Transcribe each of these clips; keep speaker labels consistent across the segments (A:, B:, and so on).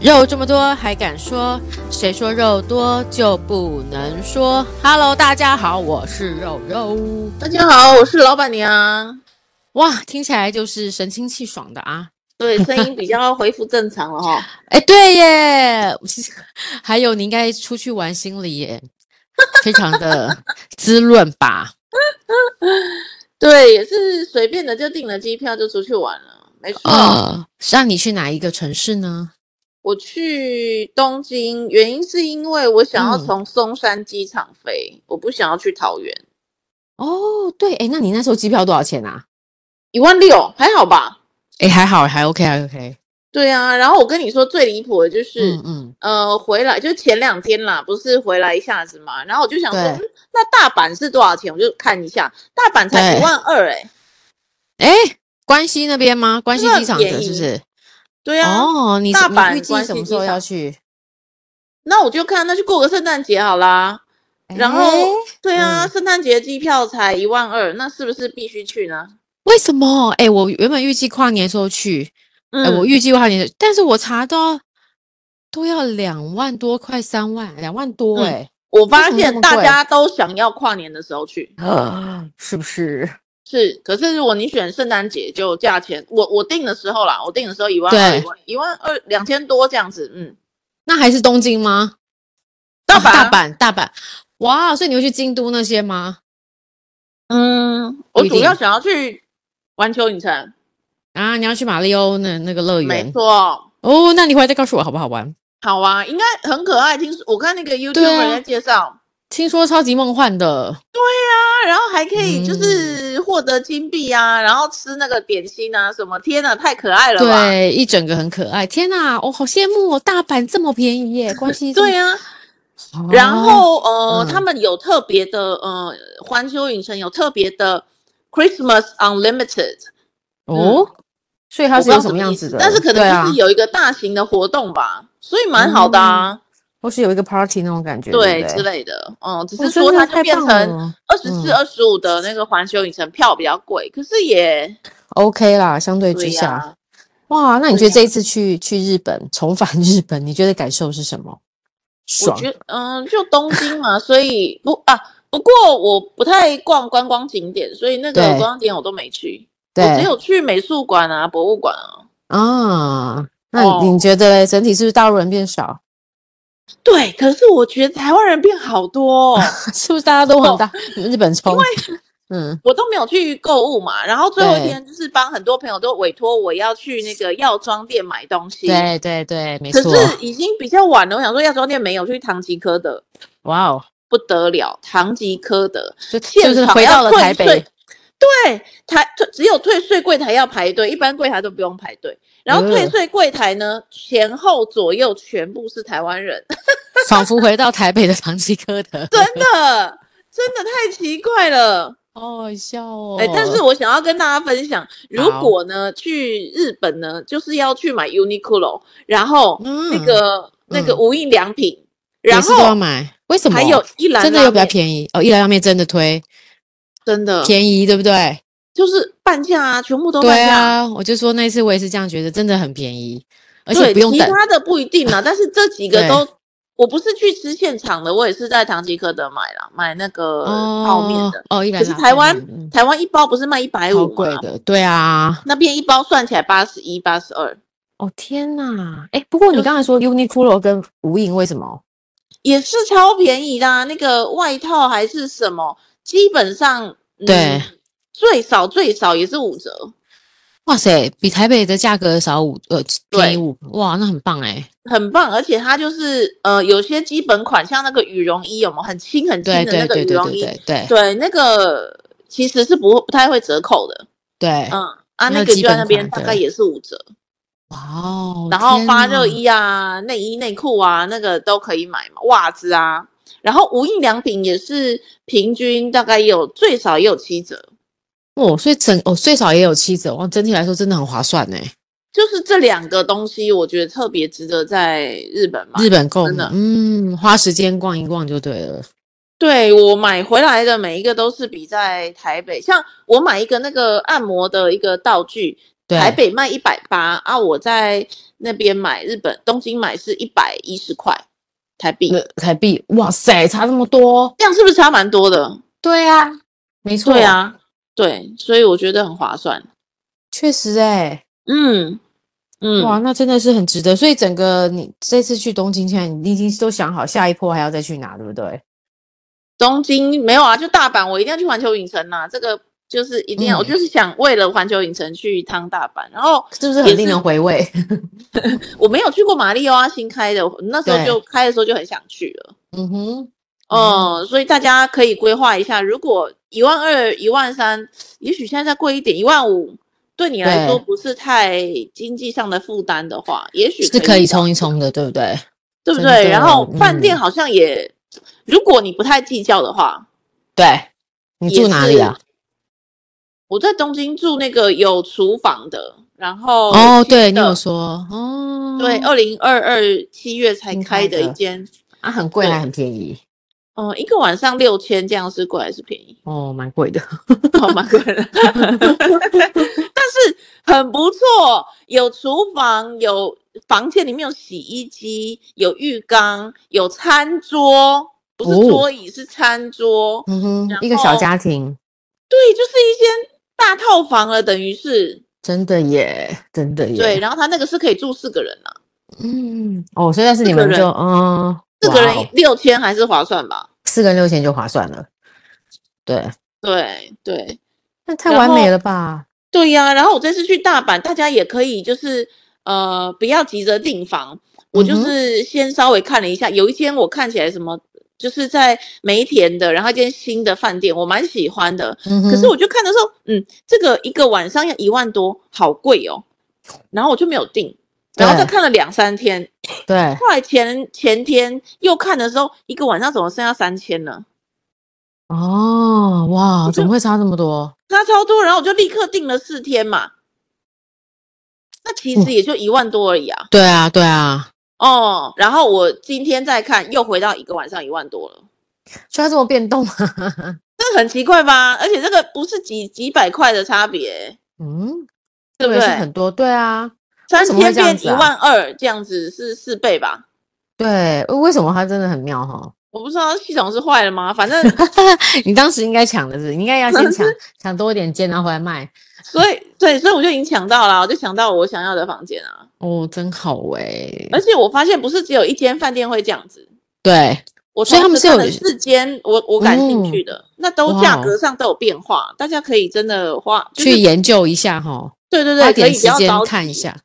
A: 肉这么多还敢说？谁说肉多就不能说？Hello，大家好，我是肉肉。
B: 大家好，我是老板娘。
A: 哇，听起来就是神清气爽的啊！
B: 对，声音比较恢复正常了哈。
A: 哎，对耶， 其实还有你应该出去玩心理耶，非常的 滋润吧？
B: 对，也是随便的就订了机票就出去玩了，没错。
A: 呃，让你去哪一个城市呢？
B: 我去东京，原因是因为我想要从松山机场飞，我不想要去桃园。
A: 哦，对，哎，那你那时候机票多少钱啊？
B: 一万六还好吧？
A: 哎，还好，还 OK，还 OK。
B: 对啊，然后我跟你说最离谱的就是，
A: 嗯嗯，
B: 呃，回来就前两天啦，不是回来一下子嘛，然后我就想说，
A: 对
B: 嗯那大阪是多少钱？我就看一下，大阪才
A: 对
B: 一万二，哎，
A: 哎，关西那边吗？关西
B: 那
A: 机场
B: 便
A: 的是
B: 宜
A: 不是？
B: 对啊，
A: 哦，你
B: 大
A: 你
B: 阪
A: 预计
B: 关
A: 什
B: 西
A: 么时
B: 机
A: 候要
B: 场
A: 去？
B: 那我就看那就过个圣诞节好啦。然后
A: 诶
B: 对啊，
A: 嗯
B: 圣诞节机票才一万二，那是不是必须去呢？
A: 为什么？哎、我原本预计跨年时候去，
B: 嗯，
A: 哎、我预计跨年的，但是我查到都要两万多，快三万，两万多、
B: 嗯
A: 哎、
B: 我发
A: 什么那么
B: 现大
A: 贵
B: 家都想要跨年的时候去，
A: 是不是？
B: 是，可是如果你选圣诞节，就价钱，我我订的时候啦，我订的时候一万
A: 对
B: 二，一万二两千多这样子，嗯，
A: 那还是东京吗？
B: 大
A: 哦
B: 阪啊、
A: 大阪，大阪，哇！所以你会去京都那些吗？
B: 嗯，
A: 不
B: 我
A: 一
B: 主要
A: 定
B: 想要去环球影城，
A: 啊，你要去马里欧那那个乐
B: 没
A: 园
B: 错，
A: 哦？那你回来再告诉我好不好玩？
B: 好啊，应该很可爱，听说我看那个 YouTube
A: 对啊
B: 人在介绍，
A: 听说超级梦幻的，
B: 啊，然后还可以
A: 嗯
B: 就是获得金币啊，然后吃那个点心啊，什么，天哪，太可爱了吧！
A: 对，一整个很可爱。天哪、我、好羡慕哦！大阪这么便宜 耶，关西这么
B: 对啊，
A: 好
B: 然后呃，
A: 哦嗯
B: 他们有特别的呃，环球影城有特别的 Christmas Unlimited，
A: 哦，所以它
B: 嗯我
A: 是
B: 不知道
A: 有什么
B: 么
A: 样
B: 意
A: 子
B: 思
A: 的？
B: 但是可
A: 对
B: 能
A: 啊
B: 就是，有一个大型的活动吧，所以蛮好的啊，
A: 或是有一个 party 那种感觉，嗯对
B: 对
A: 不
B: 之
A: 对，
B: 类的，嗯，只
A: 我
B: 是
A: 觉
B: 说
A: 得
B: 它就
A: 太
B: 变
A: 棒
B: 成
A: 了
B: 二十四、
A: 嗯
B: 二十五的那个环球影城票比较贵，可是也
A: OK 啦，相对之
B: 对
A: 下，
B: 呀、
A: 哇，那你
B: 对
A: 觉得
B: 呀
A: 这一次去去日本重返日本，你觉得感受是什么？
B: 我
A: 爽
B: 觉得，嗯，就东京嘛， 所以不啊，不过我不太逛观光景点，所以那个
A: 对
B: 观光点我都没去，我只
A: 对
B: 有去美术馆啊、博物馆啊。
A: 啊，那你,、
B: 哦
A: 你觉得嘞整体是不是大陆人变少？
B: 对，可是我觉得台湾人变好多、 哦，
A: 是不是大家都往
B: 哦
A: 大、日本冲？嗯，
B: 我都没有去购物嘛。然后最后一
A: 对
B: 天就是帮很多朋友都委托我要去那个药妆店买东西，
A: 对对对，没
B: 可
A: 错。
B: 是已经比较晚了。我想说药妆店没有，去唐吉诃德
A: 哇哦，
B: 不得了，唐吉诃德
A: 就就
B: 现
A: 是
B: 场
A: 回
B: 要
A: 到了
B: 退
A: 台北，
B: 税对，台退只有退税柜台要排队，一般柜台都不用排队。然后退
A: 嗯
B: 税柜台呢，前后左右全部是台湾 人，
A: 嗯仿佛回到台北的唐吉诃德，
B: 真的，真的太奇怪了。
A: 好好笑哦。
B: 哎、但是我想要跟大家分享，如
A: 好
B: 果呢去日本呢，就是要去买 Uniqlo，然后那
A: 嗯
B: 个、那个
A: 嗯
B: 无印良品，然
A: 每次都要
B: 后
A: 买，为什么？
B: 还有一兰
A: 真的
B: 拉
A: 有比较
B: 面
A: 便宜哦，一兰拉面真的推
B: 真的
A: 便宜，对不对？
B: 就是半价啊，全嗯部都半
A: 对
B: 价。
A: 啊，我就说那一次我也是这样觉得，真的很便宜，而且
B: 对，
A: 不用
B: 其
A: 等。
B: 他的不一定啦，但是这几个
A: 对
B: 都，我不是去吃现场的，我也是在唐吉诃德买啦，买那个泡面
A: 哦
B: 的。
A: 哦，一兰
B: 可是
A: 拉
B: 台
A: 面
B: 湾、
A: 嗯
B: 台湾一包不是卖一百
A: 超
B: 五
A: 贵
B: 吗？
A: 的，对啊。
B: 那边一包算起来八十一、八十二，
A: 哦天呐，哎，不过
B: 就
A: 你刚才说 Uniqlo 跟无印为什么？
B: 也是超便宜的、啊。那个外套还是什么，基本上、嗯
A: 对，
B: 最少最少也是五折，
A: 哇塞，比台北的价格少五呃便宜
B: 对
A: 五哇，那很棒哎。
B: 很棒。而且它就是呃，有些基本款像那个羽绒衣，有没有很轻很轻
A: 对
B: 的
A: 对
B: 那个
A: 对
B: 羽
A: 对
B: 绒
A: 对
B: 衣？
A: 对对
B: 对，那个其实是不不太会折扣的。
A: 对，
B: 嗯，啊，
A: 那
B: 那
A: 个
B: 个
A: 基
B: 就在
A: 本
B: 那边
A: 款
B: 大
A: 的
B: 概也是五折，
A: 哇哦，
B: 然后
A: 天
B: 发热
A: 呐
B: 衣啊、内衣内裤啊，那个都可以买嘛，袜子啊。然后无印良品也是平均大概有最少也有七折，
A: 哦，所以整哦最少也有七折，哇，整体来说真的很划算呢。
B: 就是这两个东西，我觉得特别值得在日本买。
A: 日本购
B: 啊真
A: 买
B: 的，
A: 嗯，花时间逛一逛就对了。
B: 对我买回来的每一个都是比在台北，像我买一个那个按摩的一个道具，
A: 对，
B: 台北卖一百八啊，我在那边买日本东京买是一百一十块台币，
A: 那呃台币，哇塞，差这么多！
B: 这样是不是差蛮多的？
A: 对啊，没错
B: 对，啊，对，所以我觉得很划算。
A: 确实哎、
B: 嗯嗯，
A: 哇，那真的是很值得。所以整个你这次去东京，现在你已经都想好下一波还要再去哪，对不对？
B: 东京没有啊，就大阪，我一定要去环球影城呐、这个就是一定要，
A: 嗯
B: 我就是想为了环球影城去一趟大阪。然后
A: 是不是
B: 也
A: 很
B: 是
A: 令人回味？
B: 我没有去过马里奥啊，新开的，我那时候
A: 对
B: 就开的时候就很想去了。
A: 嗯哼，
B: 嗯，所以大家可以规划一下，如果一万二、一万三，也许现在再贵一点，一万五，对你来说
A: 对
B: 不是太经济上的负担的话，也许
A: 是可以冲一，冲的，对不对？
B: 对不
A: 真
B: 对？
A: 的
B: 然后饭
A: 嗯
B: 店好像也，如果你不太计较的话，
A: 对，你
B: 也
A: 住哪里啊？
B: 我在东京住那个有厨房的，然后
A: 哦，
B: 新
A: 对你有
B: 的
A: 说哦，
B: 对，二零二二七月才
A: 新
B: 开
A: 开
B: 的一
A: 的
B: 间，
A: 啊，很贵
B: 对
A: 还很便宜，
B: 嗯、一个晚上六千，这样是贵还是便宜？
A: 哦，蛮贵的，
B: 哦，蛮贵的，但是很不错，有厨房，有房间里面有洗衣机，有浴缸，有餐桌，不是
A: 哦
B: 桌椅、是餐桌，
A: 嗯哼
B: 然，
A: 一个小
B: 后
A: 家庭，
B: 对，就是一间大套房了，等于是
A: 真的耶，真的耶，
B: 对，，然后他那个是可以住四个人啊，
A: 嗯，哦，所以但是
B: 四
A: 你
B: 个
A: 们
B: 人
A: 就嗯，
B: 四个
A: 哇哦
B: 人六千还是划算吧？
A: 四个人六千就划算了，对，
B: 对对，
A: 那太
B: 然
A: 完美
B: 后
A: 了吧？
B: 对呀、然后我这次去大阪，大家也可以就是呃，不要急着订房。我就
A: 嗯哼
B: 是先稍微看了一下，有一间我看起来什么，就是在梅田的，然后一间新的饭店，我蛮喜欢的。
A: 嗯
B: 可是
A: 哼
B: 我就看的时候，嗯，这个一个晚上要一万多，好贵哦。然后我就没有订，然后再
A: 对
B: 看了两三天，
A: 对，
B: 后来前前天又看的时候，一个晚上怎么剩下三千呢？
A: 哦，哇，
B: 我
A: 怎
B: 就
A: 么会差这么多？
B: 差超多，然后我就立刻订了四天嘛。那其
A: 嗯
B: 实也就一万多而已啊。
A: 对啊，对啊，
B: 哦，然后我今天再看，又回到一个晚上一万多了，
A: 所以它这么变动啊，
B: 这很奇怪吧？而且这个不是几几百块的差别， 欸
A: 嗯，
B: 对不
A: 也是
B: 对
A: 很多，对啊，
B: 三
A: 什么会
B: 千
A: 这样
B: 变
A: 子
B: 一
A: 啊
B: 万二，这样子是四倍吧？
A: 对，为什么它真的很妙哈？
B: 我不知道系统是坏了吗？反正
A: 你当时应该抢的是不是，你应该要
B: 可
A: 先
B: 是
A: 抢抢多一点件，然后回来卖。
B: 所以对，所以我就已经抢到了，我就抢到我想要的房间啊。
A: 哦，真好哎、
B: 而且我发现不是只有一间饭店会这样子，
A: 对，
B: 我
A: 所以
B: 同
A: 他们
B: 时
A: 是有
B: 看了四间，我我感兴趣的，那都价
A: 哇哦
B: 格上都有变化，大家可以真的花、就是、
A: 去研究一下哈，
B: 对对
A: 花
B: 对，可
A: 点
B: 以不
A: 时
B: 要
A: 间
B: 着
A: 看一
B: 急。
A: 下。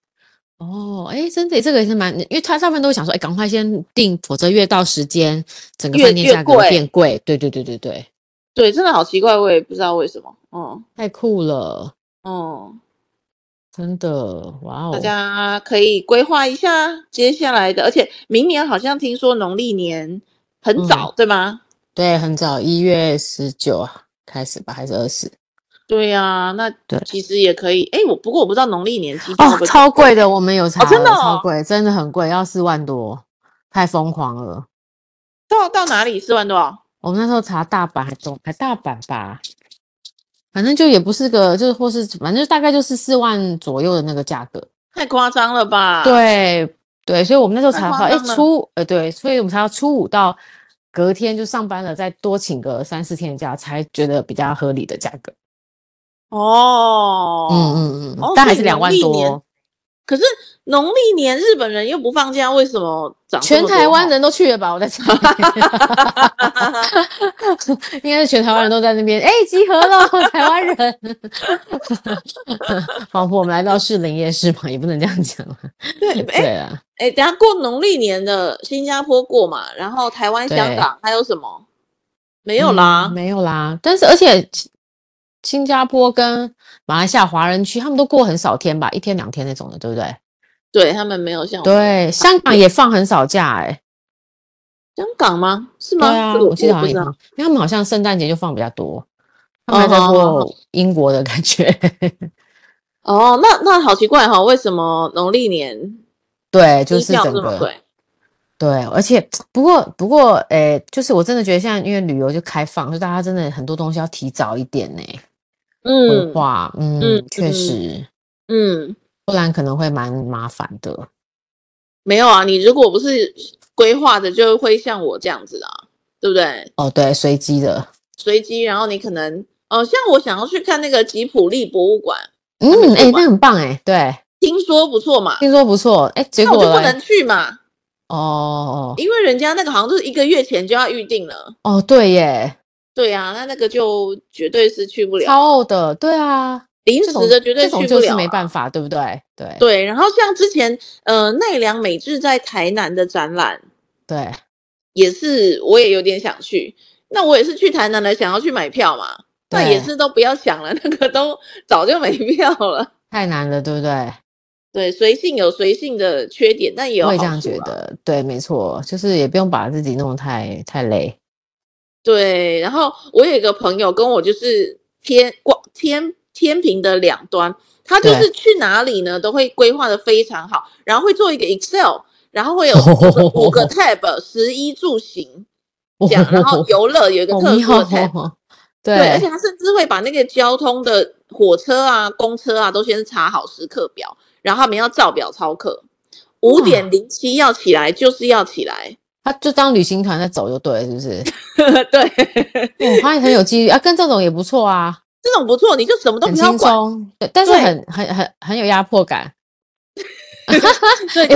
A: 哦，哎，真的，这个也是蛮，因为他他们都想说，哎，赶快先订，否则越到时间，整个
B: 越
A: 饭店
B: 越
A: 价格
B: 贵
A: 变贵。对对对对对，
B: 对，真的好奇怪，我也不知道为什么。嗯
A: 太酷了，哦
B: 嗯，
A: 真的，哇哦！
B: 大家可以规划一下接下来的，而且明年好像听说农历年
A: 嗯
B: 很早，对吗？
A: 对，很早，一月十九开始吧，还是二十？
B: 对呀、那
A: 对
B: 其实也可以。哎，我不过我不知道农历年期间
A: 哦，
B: 会不会
A: 超贵的，我们有查了，
B: 真的
A: 超
B: 哦
A: 贵，真的很贵，要四万多，太疯狂了。
B: 到到哪里四万多少？
A: 我们那时候查大阪还中还大阪吧，反正就也不是个，就是或是反正就大概就是四万左右的那个价格。
B: 太夸张了吧？，
A: 对对，所以我们那时候
B: 太
A: 查
B: 啊夸
A: 好，哎，
B: 张了
A: 初呃对，所以我们查到初五到隔天就上班了，再多请个三四天的假，才觉得比较合理的价格。
B: 哦，
A: 嗯嗯嗯，
B: 哦
A: 但
B: 所
A: 还
B: 以
A: 是两万
B: 农历年
A: 多。
B: 可是农历年日本人又不放假，为什么涨这么
A: 全
B: 多
A: 台湾人都去了吧？我在猜， 应该是全台湾人都在那边，哎、集合了，台湾人， 仿佛我们来到士林夜市嘛，也不能这样讲了。
B: 对，哎
A: 对啊，
B: 哎，等下过农历年的新加坡过嘛，然后台湾、
A: 对
B: 香港还有什么？没
A: 没
B: 有啦，
A: 嗯没有啦。但是而且新加坡跟马来西亚华人区，他们都过很少天吧，一天两天那种的，对不对？
B: 对他们没有像我们
A: 对，香港也放很少假、哎，
B: 香港吗？是
A: 对
B: 吗？
A: 啊，
B: 这个
A: 我记得好
B: 不
A: 像
B: 知
A: 也放
B: 道。，
A: 因为他们好像圣诞节就放比较多，他们还在
B: 哦哦
A: 过英国的感觉。
B: 哦，那那好奇怪哈、为什么农历年
A: 对，就
B: 机
A: 是
B: 票
A: 整
B: 这么
A: 个
B: 贵？
A: 对，而且不过不过，诶，就是我真的觉得现在因为旅游就开放，就大家真的很多东西要提早一点呢、规
B: 嗯
A: 划，嗯，
B: 嗯
A: 确
B: 嗯
A: 实，
B: 嗯，
A: 不然可能会蛮麻烦的。
B: 没有啊，你如果不是规划的，就会像我这样子啊，对不对？
A: 哦，对，随机的，
B: 随机，然后你可能，呃，像我想要去看那个吉普力博物馆，
A: 嗯，哎、
B: 没错吧
A: 那很棒哎、对，
B: 听说不错嘛，
A: 听说不错，哎、结
B: 那我
A: 果
B: 就不
A: 嘞
B: 能去嘛，
A: 哦
B: 因为人家那个好像就是一个月前就要预定了。
A: 哦，对耶，
B: 对啊，那那个就绝对是去不了，
A: 超厚的，对啊，
B: 临
A: 这种
B: 时的绝对
A: 这
B: 去
A: 种
B: 不
A: 就是
B: 了
A: 没
B: 啊、
A: 办法，对不对？对
B: 对，然后像之前呃奈良美智在台南的展览，
A: 对，
B: 也是我也有点想去，那我也是去台南的，想要去买票嘛，那也
A: 对
B: 是都不要想了，那 个都早就没票了。
A: 太难了，对不对？
B: 对，随性有随性的缺点，但也有
A: 我也这
B: 好
A: 样
B: 处啊
A: 觉
B: 啦。
A: 得，对，没错，就是也不用把自己弄得太太累。
B: 对，然后我有一个朋友跟我就是天光天天平的两端，他就是
A: 对
B: 去哪里呢都会规划的非常好，然后会做一个 Excel，然后会有就是五 个 tab，十一住行 这样，然后游乐有一个
A: 哦好
B: 特殊的 tab，
A: 妙，
B: 对，而且
A: 对，
B: 他甚至会把那个交通的火车啊、公车啊都先查好时刻表，然后他们要照表操课，五
A: 哇
B: 点零七要起来就是要 起来，
A: 他就当旅行团在走就对了，是不是？
B: 对，
A: 我发现很有纪律啊，跟这种也不错啊，
B: 这种不错，你就什 么都
A: 很
B: 不要
A: 轻
B: 管，
A: 松，对，但是
B: 对
A: 很很很很有压迫感。
B: 对，
A: 哎，
B: 就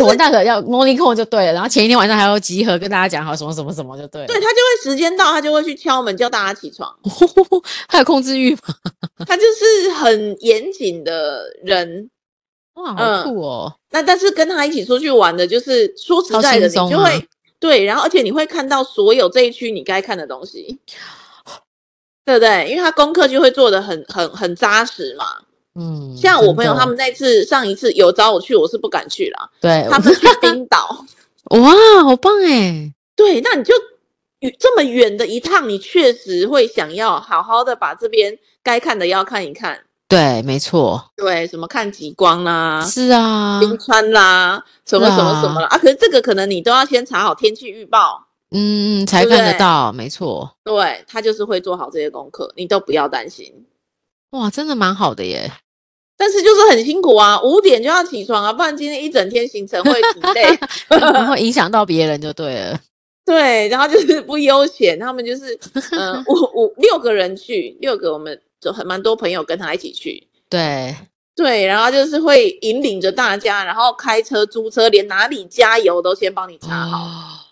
A: 我
B: 是
A: 那个要 m o n i c o 就对了，然后前一天晚上还要集合跟大家讲好什么什么什么就对了。
B: 对他就会时间到，他就会去敲门叫大家起 床，
A: 他有控制欲吗？
B: 他就是很严谨的人。
A: 哇，
B: 嗯
A: 好酷哦！
B: 那但是跟他一起出去玩的，就是说实
A: 超
B: 在
A: 轻
B: 的，你
A: 松
B: 就
A: 啊
B: 会对，然后而且你会看到所有这一区你该看的东西，对不对？因为他功课就会做的很很很扎实嘛。
A: 嗯，
B: 像我
A: 真
B: 朋友
A: 的
B: 他们那次上一次有找我去，我是不敢去啦。
A: 对
B: 他们去冰岛，
A: 哇，好棒哎！
B: 对，那你就这么远的一趟，你确实会想要好好的把这边该看的要看一看。
A: 对，没错，
B: 对，什么看极光啦、
A: 是啊，
B: 冰川啦，什么什么什么啦啊可是这个可能你都要先查好天气预报，
A: 嗯，才
B: 对不
A: 看得
B: 对
A: 到，没错。
B: 对他就是会做好这些功课，你都不要担心。
A: 哇，真的蛮好的 耶！
B: 但是就是很辛苦啊，五点就要起床啊，不然今天一整天行程会很累。
A: 然后影响到别人就对了。
B: 对，然后就是不悠闲，他们就是嗯、呃五五六个人去，六个我们就很蛮多朋友跟他一起去，
A: 对，
B: 对，然后就是会引领着大家，然后开车、租车，连哪里加油都先帮你查好。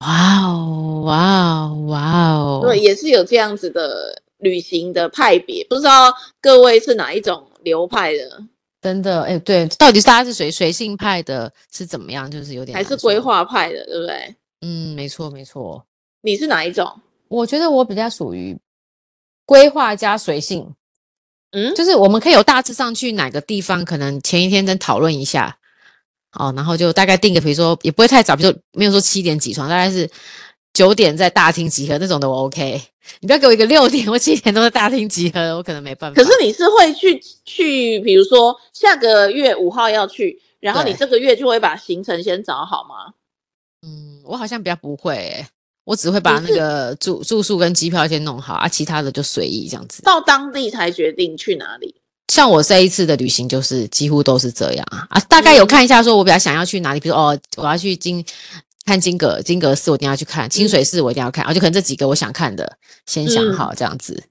A: 哦，哇哦，哇哦，哇哦！
B: 对，，也是有这样子的旅行的派别，不知道各位是哪一种流派的，
A: 真的，哎，对，到底是大家是谁随性派的，是怎么样？就是有点
B: 还
A: 难
B: 是规
A: 说。
B: 划派的，对不对？
A: 嗯，没错，没错。
B: 你是哪一种？
A: 我觉得我比较属于规划加随性，
B: 嗯，
A: 就是我们可以有大致上去哪个地方，可能前一天先讨论一下，哦，然后就大概定个，比如说也不会太早，比如说没有说七点起床，大概是九点在大厅集合那种的，我 OK。你不要给我一个六点或七点都在大厅集合，我可能没办法。
B: 可是你是会去去，比如说下个月五号要去，然后你
A: 对
B: 这个月就会把行程先找好吗？
A: 嗯，我好像比较不会、欸，我只会把
B: 你
A: 那
B: 是
A: 个住住宿跟机票先弄好啊，其他的就随意这样子。
B: 到当地才决定去哪里。
A: 像我这一次的旅行，就是几乎都是这样啊啊，大概有
B: 嗯
A: 看一下，说我比较想要去哪里，比如说哦，我要去金看金阁，金阁寺我一定要去看，清水寺我一定要看，啊，就可能这几个我想看的先想
B: 嗯
A: 好这样子，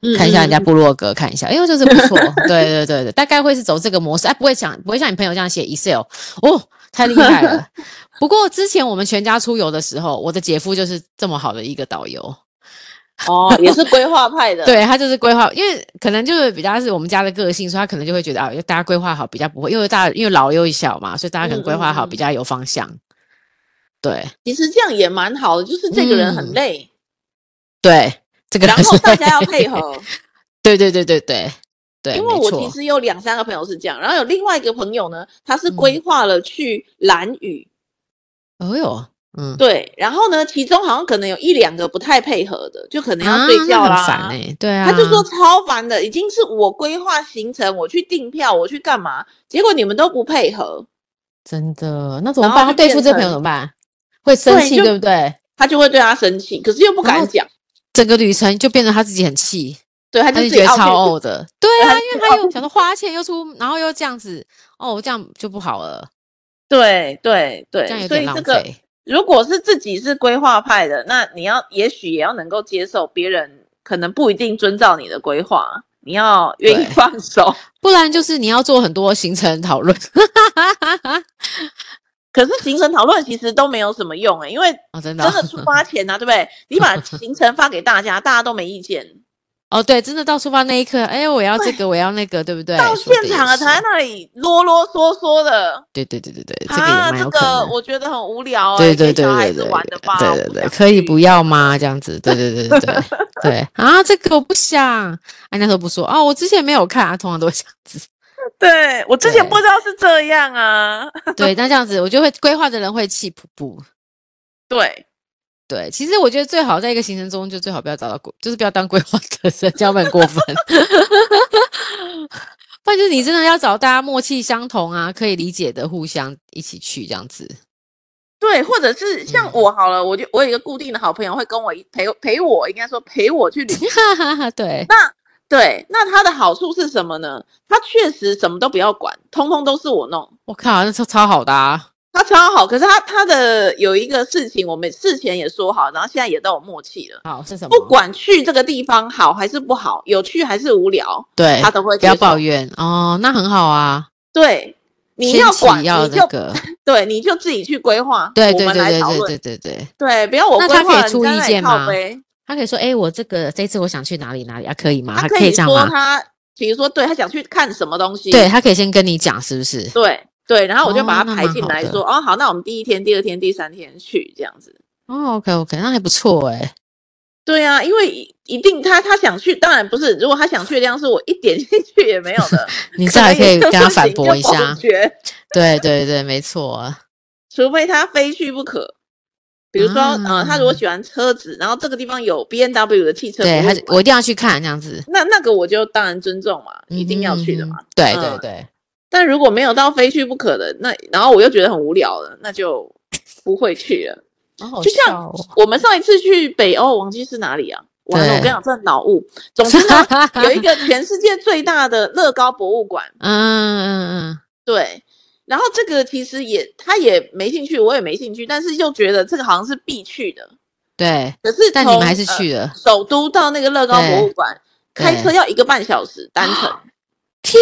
B: 嗯
A: 看一下人家
B: 嗯
A: 部落格，看一下，因为就是不错， 对对对对，大概会是走这个模式，哎、不会想不会像你朋友这样写 Excel 哦，太厉害了。 不过之前我们全家出游的时候，我的姐夫就是这么好的一个导游，
B: 哦，也是规划派 的。
A: 对他就是规划，因为可能就是比较是我们家的个性，所以他可能就会觉得啊，大家规划好比较不会，因为大因为老幼小嘛，所以大家可能规划好
B: 嗯嗯嗯
A: 比较有方向。对
B: 其实这样也蛮好的，就是这个人很
A: 嗯
B: 累，
A: 对，这个
B: 然
A: 人
B: 后
A: 是
B: 大家要配合。
A: 对对对对对对，
B: 因为
A: 哎没
B: 我
A: 错
B: 其实有两三个朋友是这样，然后有另外一个朋友呢，他
A: 嗯
B: 是规划了去蓝屿，
A: 哦哟，嗯
B: 对，然后呢，其中好像可能有一两个不太配合的，就可能要
A: 啊，
B: 睡觉
A: 那
B: 啦。
A: 很烦哎、对啊，
B: 他就说超烦的，已经是我规划行程，我去订票，我去干嘛，结果你们都不配合，
A: 真的，那怎么
B: 然后
A: 办？他
B: 就
A: 对付
B: 变
A: 这个朋友
B: 成
A: 怎么办？会生
B: 对
A: 气
B: 就
A: 对不对？
B: 他就会对他生气，可是又不
A: 然
B: 敢
A: 后
B: 讲，
A: 整个旅程就变成他自己很气，
B: 对，他
A: 他
B: 就
A: 就
B: 自
A: 觉
B: 己
A: 得
B: 傲气
A: 超呕的。对
B: 对
A: 啊，
B: 他就
A: 因为
B: 觉得
A: 他
B: 哦
A: 又想说花钱又出，然后又这样子，哦，这样就不好了。
B: 对对对
A: 这样，有
B: 所
A: 点
B: 以
A: 浪
B: 这个
A: 费。
B: 如果是自己是规划派的，那你要也许也要能够接受别人可能不一定遵照你的规划，你要愿意
A: 对
B: 放手。
A: 不然就是你要做很多行程讨论。
B: 可是行程讨论其实都没有什么用哎、因为
A: 哦，真的哦、
B: 真的出发前呐、啊，对不对？你把行程发给大家，大家都没意见，
A: 哦，对，真的到出发那一刻，哎呦，我要这个，我要那个，对不对？
B: 到
A: 说
B: 现
A: 得也
B: 场了
A: 是
B: 才在那里啰啰嗦嗦的。
A: 对对对对对，这个也
B: 啊，
A: 蛮
B: 这
A: 有可能
B: 个
A: 的。
B: 我觉得很无聊、欸，
A: 对对
B: 给
A: 对
B: 小孩
A: 对
B: 子
A: 对
B: 玩的吧，
A: 对
B: 我
A: 对对，
B: 想
A: 可以
B: 去
A: 不要吗？这样子，对对对对对对啊，这个我不想。哎，那时候不说哦，我之前没有看，啊，通常都会这样子。
B: 对我之前
A: 对
B: 不知道是这样啊，
A: 对，那这样子我就会规划的人会气噗噗。
B: 对，
A: 对，其实我觉得最好在一个行程中，就最好不要找到规，就是不要当规划的人，这样会很过分。 不然就是你真的要找大家默契相同啊，可以理解的，互相一起去这样子。
B: 对，或者是像
A: 嗯
B: 我好了，我就我有一个固定的好朋友会跟我一陪陪我，应该说陪我去旅行。
A: 哈哈哈，对，
B: 对，那它的好处是什么呢？它确实什么都不要管，通通都是我弄，
A: 我靠，那超超好的啊！
B: 它超好。可是它它的有一个事情，我们事前也说好，然后现在也都有默契了。
A: 好是什么？
B: 不管去这个地方好还是不好，有趣还是无聊，
A: 对
B: 他，都会
A: 哎不要
B: 接受
A: 抱怨哦，那很好啊。
B: 对，你
A: 先
B: 要
A: 期
B: 管，
A: 要
B: 你就
A: 那个，
B: 对，你就自己去规划，
A: 对
B: 我
A: 对
B: 们
A: 对
B: 来
A: 对
B: 讨
A: 对
B: 论。
A: 对对对，
B: 对，不要我
A: 那
B: 规
A: 他可以
B: 划，你
A: 出
B: 在
A: 意
B: 那里
A: 见
B: 靠
A: 吗
B: 背
A: 他可以说，哎，我这个这一次我想去哪里哪里啊，可以吗？他
B: 他可
A: 以
B: 以
A: 这样
B: 说
A: 吗？
B: 他，比如说对他想去看什么东西，
A: 对他可以先跟你讲，是不是？
B: 对对，然后我就
A: 哦
B: 把
A: 那
B: 它排
A: 蛮
B: 进
A: 好
B: 来
A: 的
B: 说，哦好，那我们第一天、第二天、第三天去这样子。
A: 哦，OK OK，那还不错哎。
B: 对啊，因为一一定他他想去，当然不是，如果他想去的地方是我一点兴趣也没有的，
A: 你这还可以
B: 能也就
A: 跟他
B: 是
A: 反
B: 行
A: 驳
B: 就
A: 一
B: 否
A: 下，
B: 决
A: 对对对，没错，
B: 除非他非去不可。比如说，呃，他如果
A: 啊
B: 喜欢车子，然后这个地方有 B N W 的汽车服务
A: 对，
B: 嘛，
A: 他我一定要去看这样子，
B: 那那个我就当然尊重嘛，一定要去的
A: 嗯哼
B: 嘛。
A: 嗯哼对
B: 嗯
A: 对对，
B: 但如果没有到非去不可的，那然后我又觉得很无聊了，那就不会去了。
A: 好好
B: 就像
A: 笑哦
B: 我们上一次去北欧，忘记是哪里啊？完了，我
A: 对
B: 跟你讲，这脑雾。总之 呢，有一个全世界最大的乐高博物馆，
A: 嗯嗯嗯
B: 对。然后这个其实也他也没兴趣，我也没兴趣，但是又觉得这个好像是必去的。
A: 对，
B: 可是
A: 但你们
B: 从
A: 还是
B: 呃
A: 去了，
B: 首都到那个乐高博物馆，
A: 对
B: 开车要一个半小时单 程。
A: 天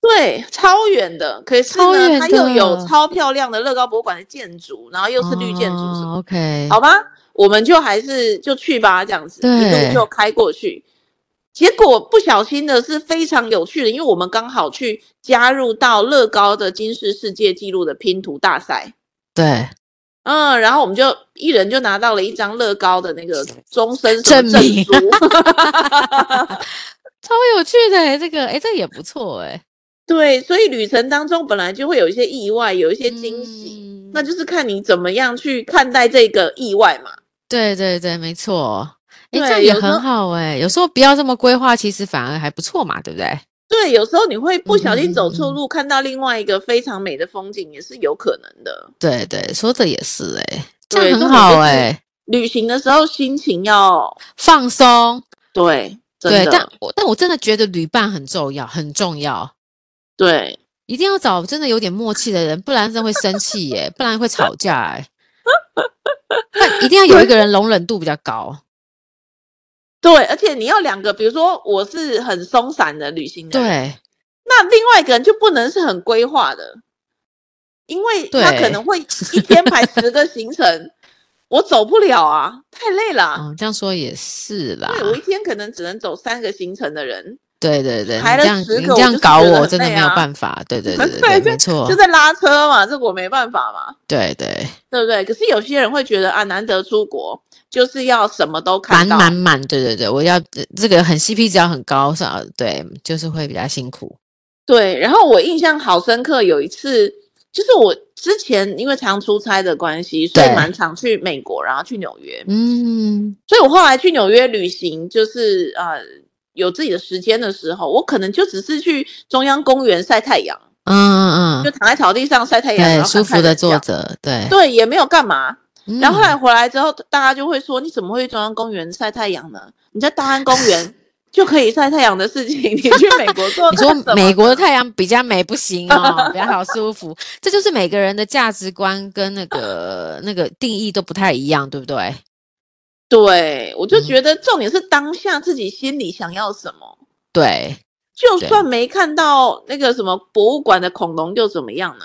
B: 对，超远的。可是
A: 超
B: 呢，
A: 远
B: 它又有
A: 的
B: 超漂亮的乐高博物馆的建筑，然后又
A: 哪，
B: 是绿建筑什么，
A: 哦，OK，
B: 好吧，我们就还是就去吧，这样子一路
A: 对
B: 就开过去。结果不小心的是非常有趣的，因为我们刚好去加入到乐高的金氏世界纪录的拼图大赛，
A: 对，
B: 嗯，然后我们就一人就拿到了一张乐高的那个终身什
A: 证
B: 么
A: 明
B: 证书，
A: 超有趣的欸这个，哎，这个也不错哎，
B: 对，所以旅程当中本来就会有一些意外，有一些惊喜，
A: 嗯
B: 那就是看你怎么样去看待这个意外嘛。
A: 对对对，没错，哎，这
B: 对
A: 样也
B: 有时候
A: 很好哎，有时候不要这么规划，其实反而还不错嘛，对不对？
B: 对，有时候你会不小心走
A: 嗯嗯
B: 错
A: 嗯
B: 路，看到另外一个非常美的风景，也是有可能的。
A: 对对，说的也是哎，这
B: 对
A: 样
B: 重
A: 很
B: 点就
A: 好
B: 是
A: 哎，
B: 旅行的时候心情要
A: 放松。
B: 对，真
A: 对，
B: 的
A: 但我但我真的觉得旅伴很重要，很重要，
B: 对
A: 一定要找真的有点默契的人，不然真的会生气 耶，不然会吵架哎。但一定要有一个人容忍度比较高，
B: 对，而且你要两个，比如说我是很松散的旅行人，
A: 对
B: 那另外一个人就不能是很规划的，因为他可
A: 对
B: 能会一天排十个行程，我走不了啊，太累了啊。
A: 嗯，这样说也是啦，
B: 对，我一天可能只能走三个行程的人，
A: 对对对，你
B: 排了
A: 这样
B: 10
A: 你这
B: 个我
A: 样
B: 就是
A: 搞
B: 觉得
A: 我
B: 很
A: 真的
B: 累
A: 没有
B: 啊
A: 办法，对对对
B: 对
A: 对对，没错
B: 就，在拉车嘛，这个我没办法嘛，
A: 对对，
B: 对不对？可是有些人会觉得啊，难得出国就是要什么都看
A: 满
B: 到，
A: 满满，对对对，我要这这个很 CP 值要很高，是啊，对，就是会比较辛苦，
B: 对。然后我印象好深刻，有一次就是我之前因为常出差的关系，所以
A: 对
B: 蛮常去美国，然后去纽约，
A: 嗯，
B: 所以我后来去纽约旅行，就是呃有自己的时间的时候，我可能就只是去中央公园晒太阳，
A: 嗯嗯
B: 就
A: 嗯，
B: 躺在草地上晒太阳，然
A: 对，
B: 后
A: 舒
B: 看
A: 服
B: 看
A: 的
B: 人这
A: 坐
B: 样
A: 着，对，
B: 对，也没有干嘛。然后后
A: 嗯
B: 来回来之后，大家就会说：“你怎么会去中央公园晒太阳呢？你在大安公园。”就可以晒太阳的事情，你去美国做
A: 你
B: 那 什么
A: 说美国的太阳比较美不行 哦，比较好舒服，这就是每个人的价值观跟那 个那个定义都不太一样，对不对？
B: 对，我就
A: 嗯
B: 觉得重点是当下自己心里想要什么。
A: 对
B: 就
A: 对
B: 算没看到那个什么博物馆的恐龙又怎么样呢？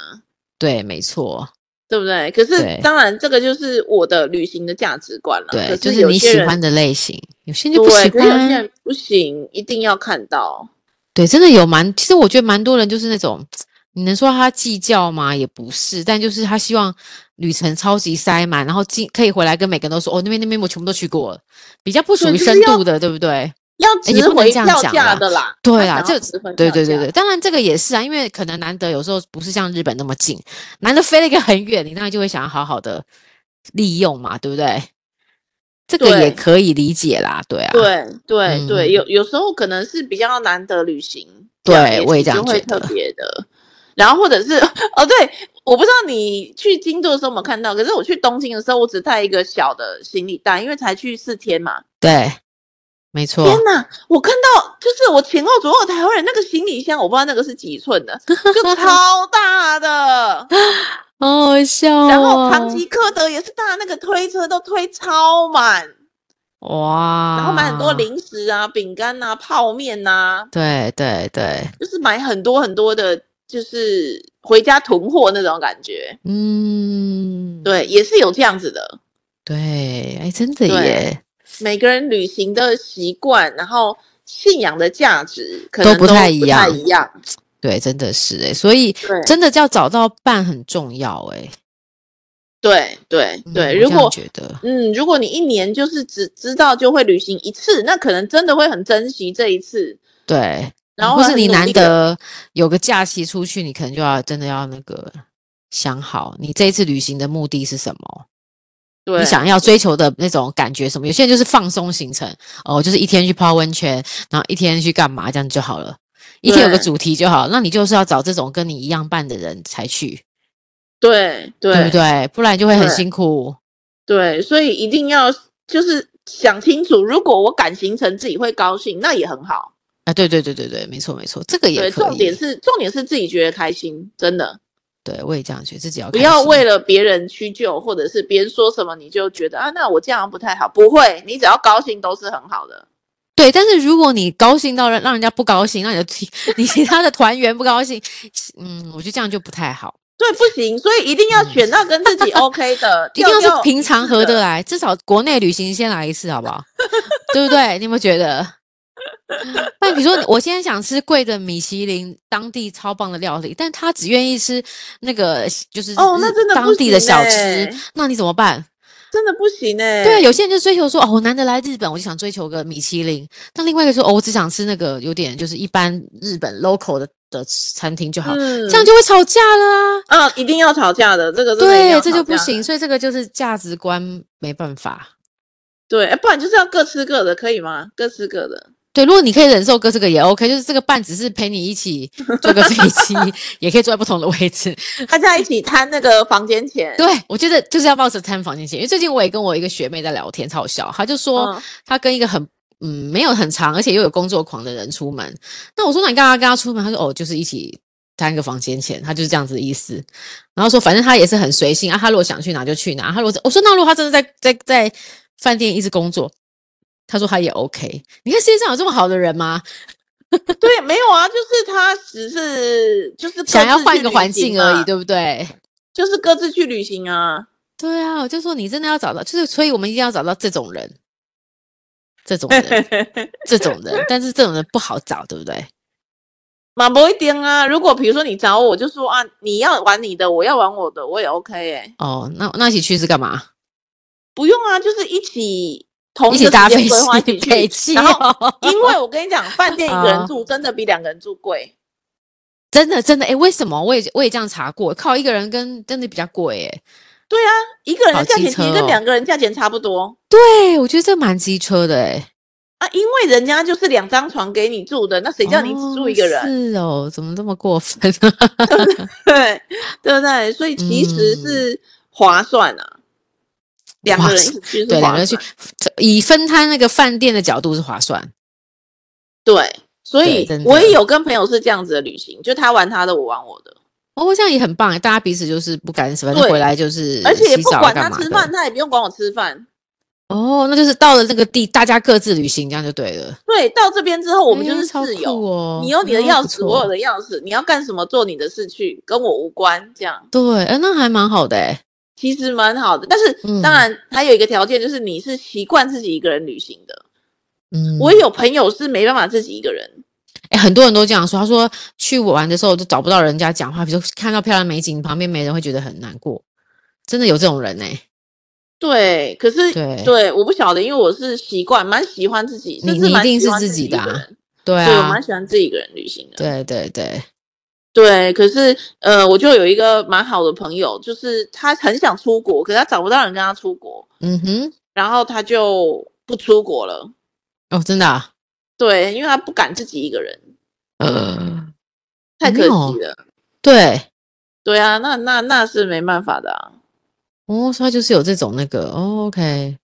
A: 对，没
B: 啊
A: 错，
B: 对不对？可
A: 对
B: 是当然，这个就是我的旅行的价值观了。
A: 对，
B: 可
A: 就是是
B: 有
A: 你
B: 些
A: 喜
B: 人
A: 欢的类型，有些人就不
B: 对，
A: 喜
B: 可是有些
A: 欢。
B: 人不行，一定要看到。
A: 对，真的有蛮，其实我觉得蛮多人就是那种，你能说他计较吗？也不是，但就是他希望旅程超级塞满，然后进可以回来跟每个人都说，哦，那边那边我全部都去过了，比较不属
B: 对
A: 于
B: 就是
A: 深
B: 要
A: 度的，对不对？
B: 要
A: 哎也
B: 值
A: 不能
B: 回
A: 这样
B: 票
A: 讲
B: 价
A: 啦
B: 的啦，
A: 对
B: 他
A: 啦，
B: 想要
A: 这
B: 值回
A: 对
B: 票
A: 对对
B: 价
A: 对，当然这个也是啊，因为可能难得有时候不是像日本那么近，难得飞了一个很远，你当然就会想要好好的利用嘛，对不对？这个也
B: 对
A: 可以理解啦，对啊，
B: 对对
A: 嗯
B: 对，有有时候可能是比较难得旅行，
A: 对
B: 样也
A: 我也
B: 是
A: 这样
B: 就会
A: 觉
B: 特
A: 得
B: 别的。然后或者是哦，对，我不知道你去京都的时候有没有看到，可是我去东京的时候，我只带一个小的行李袋，因为才去四天嘛。
A: 对，没错，
B: 天哪，我看到就是我前后左右台湾人那个行李箱，我不知道那个是几寸的， 就超大
A: 哦
B: 的。
A: 好好笑哦。
B: 然后唐吉诃德也是大，那个推车都推超满，
A: 哇，
B: 然后买很多，零食啊、饼干啊、泡面啊，
A: 对对对，
B: 就是买很多很多的，就是回家囤货那种感觉。
A: 嗯，
B: 对，也是有这样子的。
A: 对，哎，真的
B: 对
A: 耶，
B: 每个人旅行的习惯，然后信仰的价值，可
A: 都
B: 能
A: 不太
B: 一
A: 一样
B: 一样。
A: 对，真的是哎，所以
B: 对
A: 真的要找到伴很重要哎。
B: 对对
A: 嗯
B: 对，
A: 我
B: 如
A: 这样
B: 果
A: 觉得
B: 嗯，如果你一年就是只知道就会旅行一次，那可能真的会很珍惜这一次。
A: 对，
B: 然
A: 嗯
B: 后
A: 或
B: 会
A: 是
B: 很
A: 你
B: 努
A: 难
B: 力地
A: 得有个假期出去，你可能就要真的要那个想好，你这一次旅行的目的是什么，
B: 对
A: 你，想要追求的那种感觉什么。有些人就是放松行程，哦，就是一天去泡温泉，然后一天去干嘛，这样就好了。一天有个
B: 对
A: 主题就好，那你就是要找这种跟你一样办的人才去，
B: 对对
A: 对不对？不然就会很
B: 对
A: 辛苦。
B: 对，所以一定要就是想清楚，如果我敢行程自己会高兴，那也很好。
A: 啊，对对对对对，没错没错，这个也
B: 对，
A: 可
B: 重
A: 以。
B: 点是重点是自己觉得开心，真的
A: 对，我也这样觉得，自己要
B: 不
A: 开
B: 要
A: 心
B: 为了别人屈就，或者是别人说什么你就觉得啊，那我这样不太好。不会，你只要高兴都是很好的。
A: 对，但是如果你高兴到让让人家不高兴，让你的其你其他的团员不高兴，嗯，我觉得这样就不太好，
B: 对，不行，所以一定要选到跟自 己 OK 的，
A: 嗯一定
B: 调
A: 要
B: 调
A: 是平
B: 一
A: 常
B: 致
A: 合得
B: 的。
A: 来，至少国内旅行先来一次，好不好？ 对不对？你有没有觉得？那比如说，我现在想吃贵的米其林当地超棒的料理，但他只愿意吃那个就是
B: 哦那
A: 日
B: 真的不
A: 当地的
B: 行
A: 小吃
B: 欸，
A: 那你怎么办？
B: 真的不行哎、
A: 对啊，有些人就追求说，哦，我难得来日本，我就想追求个米其林。但另外一个说，哦，我只想吃那个有点就是一般日本 local 的的餐厅就好，
B: 嗯，
A: 这样就会吵架了啊。
B: 啊，一定要吵架的，这个真的一定
A: 对，
B: 要
A: 这
B: 吵
A: 就不
B: 架
A: 行。
B: 的。
A: 所以这个就是价值观没办法。
B: 对，哎不然就是要各吃各的，可以吗？各吃各的。
A: 对，如果你可以忍受哥这个也 OK，就是这个伴只是陪你一起坐个飞 机，也可以坐在不同的位置。
B: 大家一起摊那个房间钱。
A: 对，我觉得就是要抱着摊房间钱，因为最近我也跟我一个学妹在聊天，超好笑。她就说，
B: 嗯，
A: 他跟一个很嗯没有很长，而且又有工作狂的人出门。那我说那你干嘛跟他出门？他说哦，就是一起摊个房间钱，他就是这样子的意思。然后说反正他也是很随性啊，他如果想去哪就去哪。他如果我说那如果他真的在在在饭店一直工作。他说他也 OK，你看世界上有这么好的人吗？
B: 对，没有啊，就是他只是就是各
A: 想要
B: 自
A: 换
B: 去
A: 一个
B: 旅
A: 环
B: 行
A: 境而已，
B: 嘛，
A: 对不对？
B: 就是各自去旅行啊。
A: 对啊，我就说你真的要找到，就是所以我们一定要找到这种人，这种 人，这种人，但是这种人不好找，对不对？
B: 嘛不一定啊，如果比如说你找我，我就说啊，你要玩你的，我要玩我的，我也 OK 哎、
A: 哦，那那一起去是干嘛？
B: 不用啊，就是一起同
A: 一
B: 个
A: 起
B: 时
A: 搭
B: 间
A: 飞
B: 规划一
A: 机，
B: 起
A: 北
B: 去，
A: 汽
B: 然后。
A: 哦，
B: 因为我跟你讲，饭店一个
A: 啊
B: 人住真的比两个人住贵，
A: 真的真的，哎，为什么？我也我也这样查过，靠一个人跟真的比较贵，哎，
B: 一个人
A: 好
B: 的价
A: 机
B: 钱其
A: 车
B: 实
A: 哦
B: 跟两个人价钱差不多
A: 对，我觉得这蛮机车的，哎，
B: 啊，因为人家就是两张床给你住的，那谁叫你只住一个人？
A: 哦是哦，怎么这么过分？啊
B: 对对不对？所以其实
A: 嗯
B: 是划算啊，两
A: 划
B: 个人一
A: 算
B: 起去是
A: 对，两个
B: 划
A: 人去
B: 算。
A: 以分摊那个饭店的角度是划算，
B: 对，所
A: 对
B: 以
A: 真的
B: 我也有跟朋友是这样子的旅行，就他玩他的，我玩我的，
A: 哦，这样也很棒，大家彼此就是不干什么，反正
B: 对
A: 回来就是
B: 而且也
A: 洗
B: 不
A: 澡啊
B: 管
A: 干
B: 他
A: 嘛
B: 吃
A: 的
B: 饭，他也不用管我吃饭。
A: 哦，那就是到了那个地，大家各自旅行，这样就对了。
B: 对，到这边之后我们就
A: 哎
B: 是
A: 超
B: 自由，
A: 酷哦，
B: 你有你的
A: 嗯
B: 钥
A: 不
B: 匙，
A: 错
B: 我有的钥匙，你要干什么做你的事去，跟我无关。这样
A: 对，哎，那还蛮好的哎。
B: 其实蛮好的，但是、
A: 嗯
B: 当然还有一个条件就是你是习惯自己一个人旅行的。
A: 嗯，
B: 我有朋友是没办法自己一个人，
A: 哎，很多人都这样说，他说去玩的时候就找不到人家讲话，比如说看到漂亮美景，旁边没人会觉得很难过。真的有这种人呢、
B: 对，可是
A: 对
B: 我不晓得，因为我是习惯蛮喜欢自己，
A: 你
B: 甚至
A: 你
B: 蛮
A: 一定
B: 喜
A: 是
B: 欢
A: 自
B: 己
A: 己
B: 一个
A: 的啊
B: 人
A: 对
B: 对我
A: 啊
B: 蛮，喜欢自己一个人旅行的。
A: 对对对，
B: 对，可是呃，我就有一个蛮好的朋友，就是他很想出国，可是他找不到人跟他出国，
A: 嗯哼，
B: 然后他就不出国了。
A: 哦，真的、啊，
B: 对，因为他不敢自己一个人，
A: 呃，
B: 太可
A: 没有
B: 惜了。
A: 对，
B: 对啊，那那那是没办法的啊。
A: 哦，所以他就是有这种那个、哦、，OK，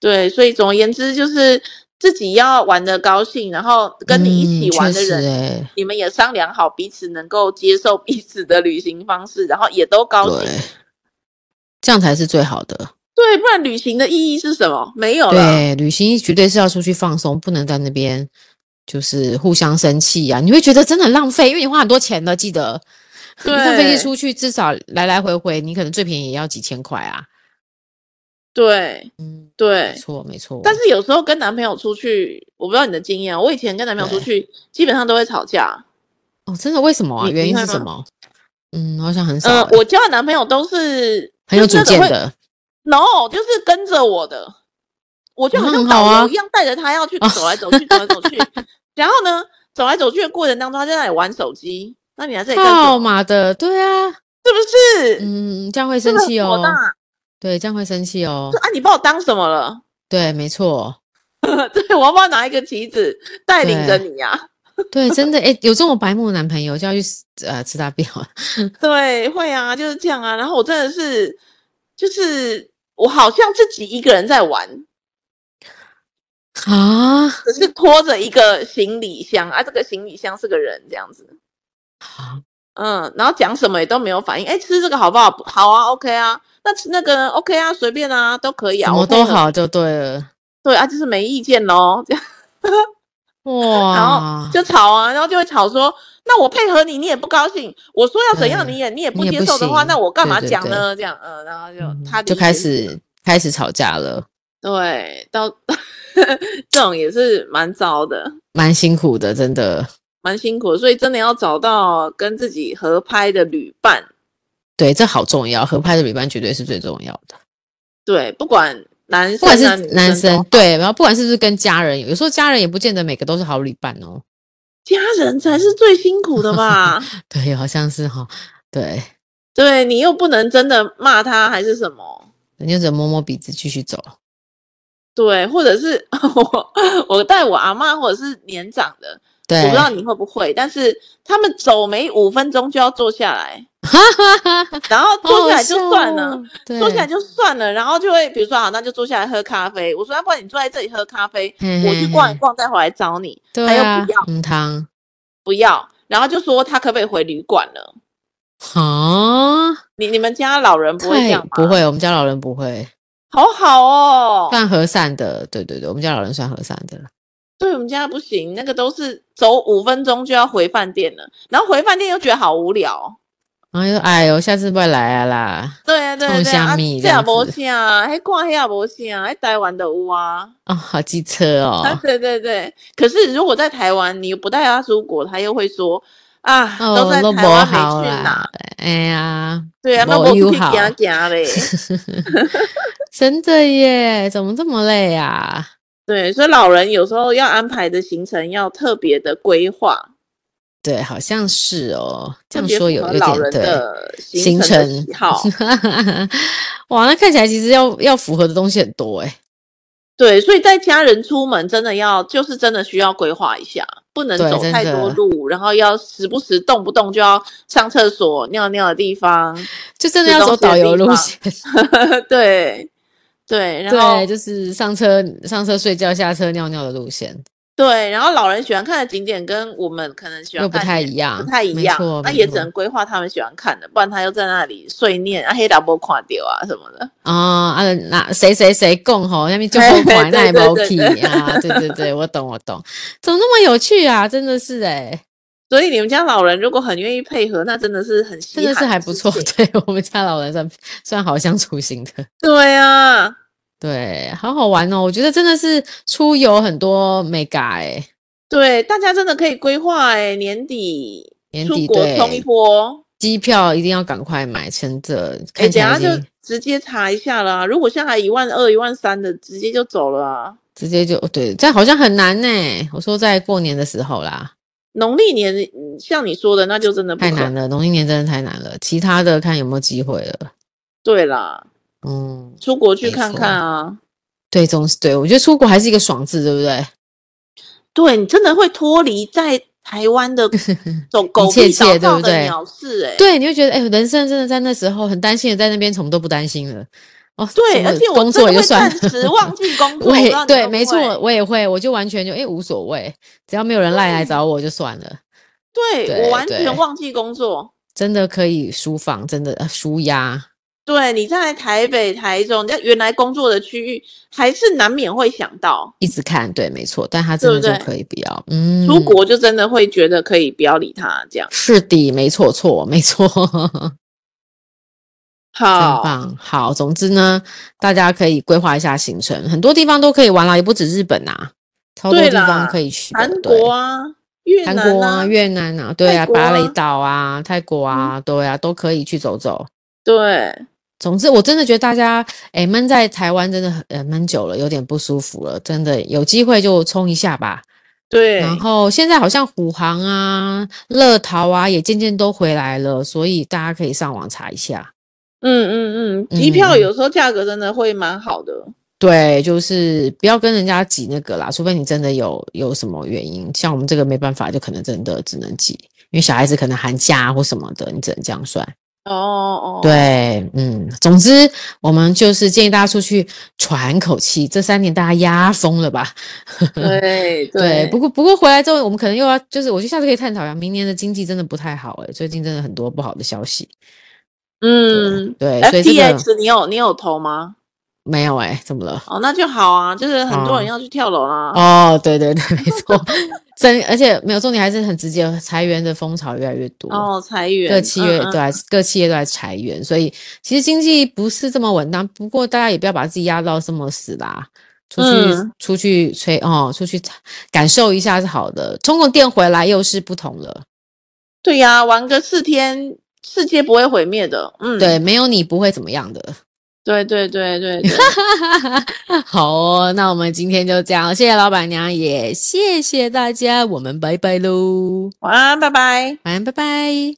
B: 对，所以总而言之就是自己要玩的高兴，然后跟你一起玩的人，
A: 哎、
B: 你们也商量好彼此能够接受彼此的旅行方式，然后也都高兴。
A: 对，这样才是最好的。
B: 对，不然旅行的意义是什么？没有了。
A: 对，旅行绝对是要出去放松，不能在那边就是互相生气呀、你会觉得真的很浪费，因为你花很多钱的，记得。你 上飞机
B: 对
A: 出去，至少来来回回，你可能最便宜也要几千块啊。
B: 对
A: 嗯，没
B: 对，
A: 错，没错。
B: 但是有时候跟男朋友出去，我不知道你的经验，我以前跟男朋友出去基本上都会吵架。
A: 哦，真的为什么啊？
B: 你
A: 原
B: 你
A: 因
B: 会
A: 是什
B: 吗
A: 么？嗯，好像很少欸、
B: 呃，我交的男朋友都是
A: 很有
B: 就是
A: 主
B: 那种
A: 见
B: 会
A: 的。
B: No，就是跟着我的，我就好
A: 那
B: 像
A: 很好啊
B: 导游一样，带着他要去
A: 哦
B: 走来走去，走来走 去。然后呢，走来走去的过程当中，他在那里玩手机，那你还在这里干什
A: 靠
B: 么？
A: 哦妈的，对啊，
B: 是不是？
A: 嗯，这样会
B: 真
A: 生
B: 的
A: 气
B: 火
A: 哦
B: 大。
A: 对，这样会生气哦
B: 说。啊，你把我当什么了？
A: 对，没错，
B: 对，我要不要拿一个旗子带领着
A: 对
B: 你呀、啊？
A: 对，真的，哎，有这种白目男朋友就要去死呃吃大便 了。
B: 对，会啊，就是这样啊。然后我真的是，就是我好像自己一个人在玩，
A: 啊
B: 只是拖着一个行李箱啊，这个行李箱是个人这样子。
A: 啊，
B: 嗯，然后讲什么也都没有反应。哎，吃这个好不好？不好啊，OK 啊。那吃那个呢 OK 啊，随便啊，都可以啊，
A: 什么
B: 我
A: 都。好哦就对 了。
B: 对啊，就是没意见咯，这样
A: 哇，
B: 就吵啊，然后就会吵说，那我配合你，你也不高兴。我说要怎样，
A: 对
B: 你也你也不
A: 嗯你也
B: 接
A: 不
B: 受的话，
A: 行
B: 那我干嘛
A: 对对
B: 讲呢？这样，嗯，然后
A: 嗯
B: 就他
A: 就
B: 理
A: 开
B: 解你
A: 始开始吵架了，
B: 对到 这种也是蛮糟的，
A: 蛮辛苦的，真的。
B: 蛮辛苦的，所以真的要找到跟自己合拍的旅伴。
A: 对，这好重要，合拍的旅伴绝对是最重要的。
B: 对，不管男
A: 不管
B: 生
A: 是
B: 啊
A: 男
B: 女
A: 生
B: 生都，
A: 对，然后不管是不是跟家人，有时候家人也不见得每个都是好旅伴哦。
B: 家人才是最辛苦的 吧？
A: 对，好像是哈、对，
B: 对你又不能真的骂他还是什么？
A: 你就只能摸摸鼻子继续走。
B: 对，或者是 我我带我阿嬷或者是年长的，我
A: 对，
B: 不知道你会不会，但是他们走没五分钟就要坐下来，然后坐下来就算了，
A: 对，
B: 坐下来就算了，然后就会比如说好，那就坐下来喝咖啡。我说，啊要不然你坐在这里喝咖啡，
A: 嘿
B: 我
A: 嘿
B: 去逛一
A: 嘿
B: 逛再回来找你，
A: 对
B: 他又不
A: 啊
B: 要，
A: 嗯，汤
B: 不要，然后就说他可不可以回旅馆了？
A: 啊，
B: 你你们家老人不会这
A: 太
B: 样吗？
A: 不，会，我们家老人不会，
B: 好好哦。
A: 算和善的，对对对，我们家老人算和善的。
B: 对我们家不行，那个都是走五分钟就要回饭店了，然后回饭店又觉得好无聊。
A: 然后就说哎呦，下次不会来啊啦。
B: 对啊，对啊，
A: 冲
B: 对啊，啊
A: 虾米
B: 这
A: 这
B: 也
A: 样
B: 无
A: 子
B: 啥，还逛那也无啥，还台湾的屋啊。
A: 哦，好机车
B: 啊，
A: 哦。
B: 对对对。可是如果在台湾，你不带他出国，他又会说啊，
A: 哦，
B: 都在
A: 都不
B: 台湾
A: 好
B: 没去哪
A: 啦。。哎呀，
B: 对啊，那
A: 没
B: 我
A: 友
B: 去
A: 好
B: 行行嘞。
A: 真的耶，怎么这么累啊？
B: 对，所以老人有时候要安排的行程要特别的规划，
A: 对，好像是哦。这样
B: 特别
A: 说
B: 符
A: 有
B: 合
A: 有
B: 老
A: 点
B: 人
A: 对。
B: 的
A: 行
B: 行程的喜好。
A: 哇，那看起来其实要要符合的东西很多哎、
B: 对，所以带家人出门真的要，就是真的需要规划一下，不能
A: 对
B: 走
A: 真
B: 太多
A: 的
B: 路，然后要时不时动不动就要上厕所、尿尿的地方。
A: 就真的
B: 吃
A: 要走
B: 东西的
A: 导游
B: 地
A: 路
B: 方
A: 线。
B: 对，对，然后
A: 对，就是上车上车睡觉，下车尿尿的路线。
B: 对，然后老人喜欢看的景点跟我们可能喜欢
A: 又不
B: 看的
A: 太
B: 也
A: 一样
B: 不太一
A: 啊没
B: 样
A: 错，
B: 那
A: 没
B: 也只
A: 错
B: 能规划他们喜欢看的，不然他又在那里碎念啊黑打波垮掉啊什么的。
A: 哦，啊，那谁谁谁共吼，那边就共款，那也没 key 啊，对对对，我懂我懂，怎么那么有趣啊？真的是哎、
B: 所以你们家老人如果很愿意配合，那真的是很稀
A: 真的是
B: 罕
A: 还
B: 的
A: 不
B: 事
A: 错，
B: 情
A: 对我们家老人算算好相处型的，
B: 对啊，
A: 对，好好玩哦，我觉得真的是出游很多 mega 哎、
B: 对，大家真的可以规划哎、年底
A: 年
B: 出
A: 底
B: 国冲一
A: 对，
B: 波。
A: 机票一定要赶快买，真的，
B: 哎，
A: 看起
B: 等
A: 来
B: 下
A: 已
B: 就
A: 经
B: 直接查一下啦。如果现在还一万二、一万三的，直接就走了啊。
A: 直接就哦对，但好像很难呢、我说在过年的时候啦，
B: 农历年嗯像你说的，那就真的不
A: 太
B: 可
A: 难 了，农历年真的太难了，其他的看有没有机会了，
B: 对啦，
A: 嗯。
B: 出国去
A: 没
B: 看
A: 错
B: 看啊。
A: 对，总是对我觉得出国还是一个爽字，对不对？
B: 对你真的会脱离在台湾 的走狗
A: 切
B: 屁
A: 切对
B: 倒灶
A: 不
B: 的
A: 对
B: 鸟事哎、
A: 对，你会觉得，哎、人生真的在那时候很担心的，在那边什么都不担心了。哦，什
B: 对，
A: 么
B: 而且我
A: 工
B: 真
A: 作
B: 的
A: 也就
B: 会
A: 算
B: 暂
A: 了，
B: 时忘记工作。
A: 我
B: 不
A: 也
B: 知道你
A: 对，
B: 会
A: 没
B: 不会
A: 错，我也会，我就完全就哎、无所谓，只要没有人赖来找我就算了，
B: 对
A: 对
B: 我完
A: 对
B: 全忘记工作。
A: 真的可以舒放，真的呃舒压。
B: 对，你在台北、台中，你在原来工作的区域，还是难免会想到
A: 一直看，对，没错，但他真
B: 对
A: 的
B: 不
A: 就
B: 对
A: 可以不要，嗯，
B: 出国，就真的会觉得可以不要理他这样。
A: 是的，没错，错，没错，真
B: 好，
A: 棒，好，总之呢，大家可以规划一下行程，很多地方都可以玩啦，也不止日本啊，超多
B: 对
A: 地方
B: 啦
A: 可以去的，
B: 韩
A: 对
B: 国啊，越
A: 韩
B: 南
A: 国
B: 啊，
A: 越南啊，对
B: 泰
A: 啊，
B: 国
A: 巴厘
B: 啊嗯
A: 岛啊，泰国啊，对啊，都可以去走走。
B: 对，
A: 总之，我真的觉得大家，哎、闷在台湾真的很呃闷久了，有点不舒服了，真的有机会就冲一下吧。
B: 对，
A: 然后现在好像虎航啊、乐桃啊也渐渐都回来了，所以大家可以上网查一下。
B: 嗯嗯嗯，机票
A: 嗯
B: 有时候价格真的会蛮好的。
A: 对，就是不要跟人家挤那个啦，除非你真的有有什么原因，像我们这个没办法，就可能真的只能挤，因为小孩子可能寒假啊或什么的，你只能这样算。
B: 哦哦，，
A: 对，嗯，总之我们就是建议大家出去喘口气，这三年大家压疯了吧？
B: 对
A: 对，不过不过回来之后，我们可能又要就是，我觉得下次可以探讨一下，明年的经济真的不太好诶、最近真的很多不好的消息。
B: 嗯
A: 对，所以这个
B: ，FTX 你有你有投吗？
A: 没有诶、怎么了？
B: 哦，那就好啊，就是很多人
A: 哦
B: 要去跳楼啦。
A: 哦，对对对，没错， 真而且没有重点，还是很直接，裁员的风潮越来越多。
B: 哦，裁员，
A: 各企业
B: 嗯
A: 都在、各企业都在裁员，所以其实经济不是这么稳当。不过大家也不要把自己压到这么死啦，出去、
B: 嗯
A: 出去吹哦，出去感受一下是好的。充个电回来又是不同了。
B: 对呀、玩个四天，世界不会毁灭的。嗯，
A: 对，没有你不会怎么样的。
B: 对对对对对，
A: 好哦，那我们今天就这样，谢谢老板娘，也谢谢大家，我们拜拜喽，
B: 晚安，拜拜。
A: 晚安，拜拜。